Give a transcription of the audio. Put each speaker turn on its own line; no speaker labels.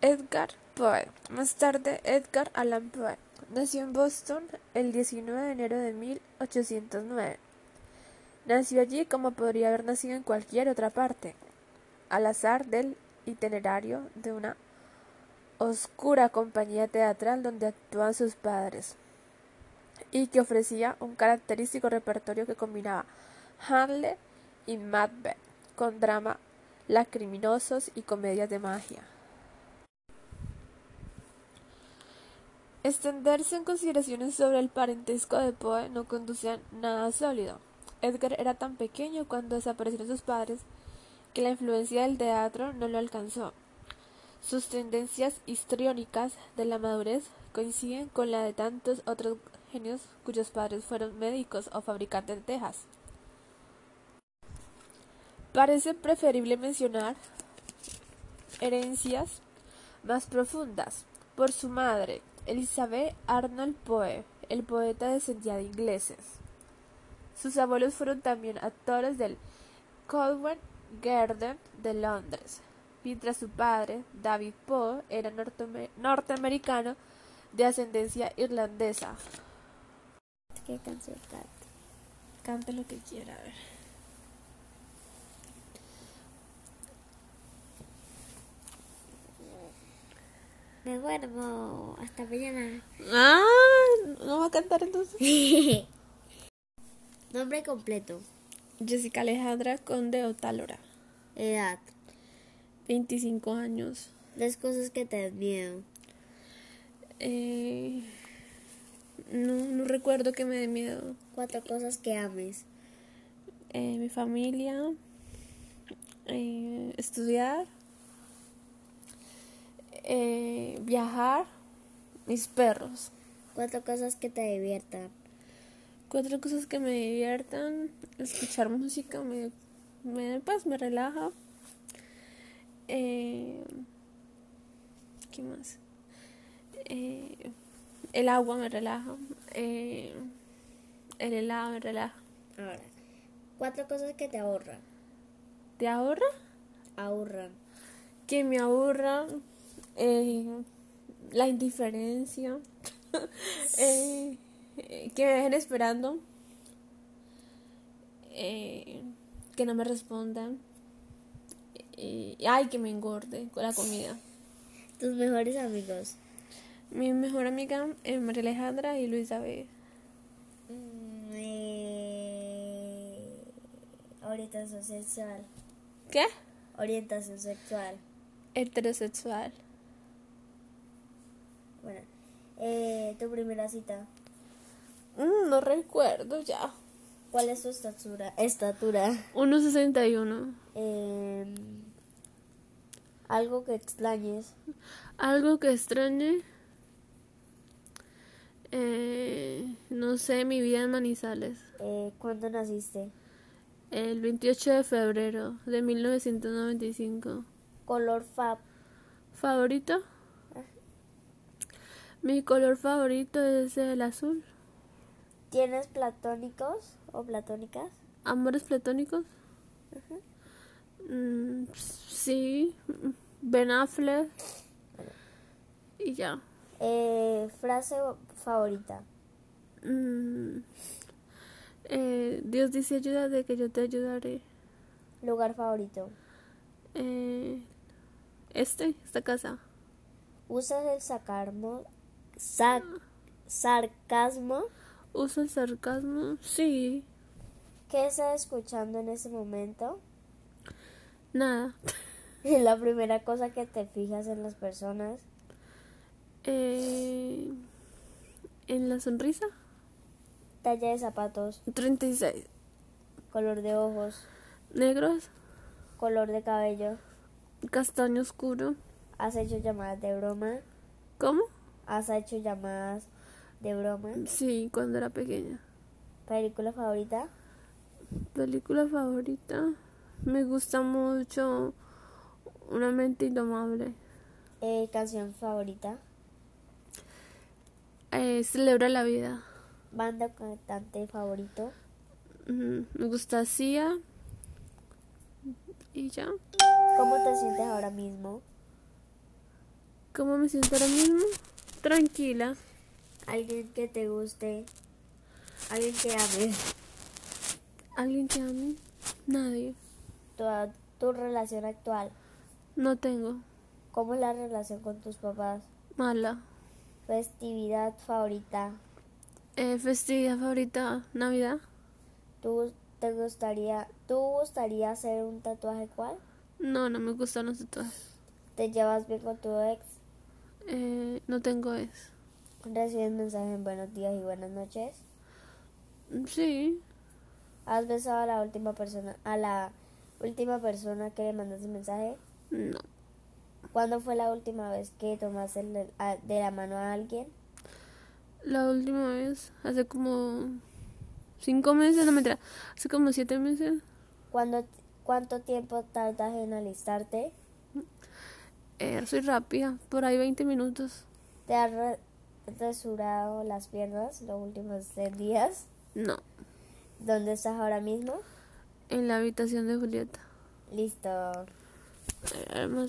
Edgar Poe, más tarde Edgar Allan Poe, nació en Boston el 19 de enero de 1809. Nació allí como podría haber nacido en cualquier otra parte, al azar del itinerario de una oscura compañía teatral donde actúan sus padres y que ofrecía un característico repertorio que combinaba Hamlet y Macbeth con drama lacriminosos y comedias de magia. Extenderse en consideraciones sobre el parentesco de Poe no conduce a nada sólido. Edgar era tan pequeño cuando desaparecieron sus padres que la influencia del teatro no lo alcanzó. Sus tendencias histriónicas de la madurez coinciden con la de tantos otros genios cuyos padres fueron médicos o fabricantes de tejas. Parece preferible mencionar herencias más profundas por su madre, Elizabeth Arnold Poe, el poeta descendía de ingleses. Sus abuelos fueron también actores del Covent Garden de Londres, mientras su padre, David Poe, era norte norteamericano de ascendencia irlandesa.
¿Qué canción canta?
Cante lo que quiera, a ver.
Me duermo. Hasta mañana.
Ah, ¿no va a cantar entonces?
Nombre completo.
Jessica Alejandra Conde Otálora,
Edad.
25 años.
Las cosas que te dan miedo.
Eh, no, no recuerdo que me dé miedo.
Cuatro cosas que ames.
Eh, mi familia, eh, estudiar, eh, viajar, mis perros.
Cuatro cosas que te diviertan.
Cuatro cosas que me diviertan, escuchar música me, me pues me relaja. Eh, ¿Qué más? Eh, el agua me relaja. eh, el helado me relaja.
Ahora. Cuatro cosas que te ahorran.
¿Te ahorra?
Ahorran.
Que me ahorra eh, la indiferencia. eh, eh, que me dejen esperando. eh, que no me respondan. eh, ay, que me engorde con la comida.
Tus mejores amigos.
Mi mejor amiga eh, María Alejandra y Luis David.
Mm, eh, Orientación sexual.
¿Qué?
Orientación sexual.
Heterosexual.
Bueno. Eh, tu primera cita.
Mm, no recuerdo ya.
¿Cuál es tu estatura? Estatura.
1.61.
Eh, algo que extrañes.
Algo que extrañe. Eh, no sé, mi vida en Manizales.
Eh, ¿Cuándo naciste?
El 28 de febrero de 1995.
Color fab.
¿Favorito? Mi color favorito es el azul.
¿Tienes platónicos o platónicas?
¿Amores platónicos? Mm, sí. Ben Affleck. Y ya.
Eh, frase favorita.
Mm, eh, Dios dice ayúdate que yo te ayudaré.
Lugar favorito.
Eh, este, esta casa.
¿Usas el sacarmo, sac, sarcasmo?
¿Usa el sarcasmo? Sí.
¿Qué estás escuchando en ese momento?
Nada.
La primera cosa que te fijas en las personas.
Eh, ¿En la sonrisa?
Talla de zapatos,
36.
color de ojos,
¿Negros?
color de cabello.
¿Castaño oscuro?
¿Has hecho llamadas de broma?
¿Cómo?
¿Has hecho llamadas de broma?
Sí, cuando era pequeña.
¿Película favorita?
¿Película favorita? Me gusta mucho Una mente indomable.
Eh, ¿Canción favorita?
Eh, celebra la vida.
¿Banda o cantante favorito?
Mm, Me gusta Sia. Y ya.
¿Cómo te sientes ahora mismo?
¿Cómo me siento ahora mismo? Tranquila.
Alguien que te guste. Alguien que ames.
¿Alguien que ame? Nadie.
Toda tu relación actual.
No tengo.
¿Cómo es la relación con tus papás?
Mala.
Festividad favorita.
Eh, festividad favorita, Navidad.
¿Tú te gustaría, tú gustaría hacer un tatuaje cuál?
No, no me gustan los tatuajes.
¿Te llevas bien con tu ex?
Eh, no tengo es.
¿Recibes mensajes en buenos días y buenas noches?
Sí.
¿Has besado a la última persona, a la última persona que le mandaste mensaje?
No.
¿Cuándo fue la última vez que tomaste el- a- de la mano a alguien?
La última vez, hace como cinco meses, no me hace como siete meses.
¿Cuándo, ¿Cuánto tiempo tardas en alistarte?
Eh, soy rápida, por ahí 20 minutos.
¿Te has re- rasurado las piernas los últimos tres días?
No,
¿Dónde estás ahora mismo?
en la habitación de Julieta.
Listo.
Además,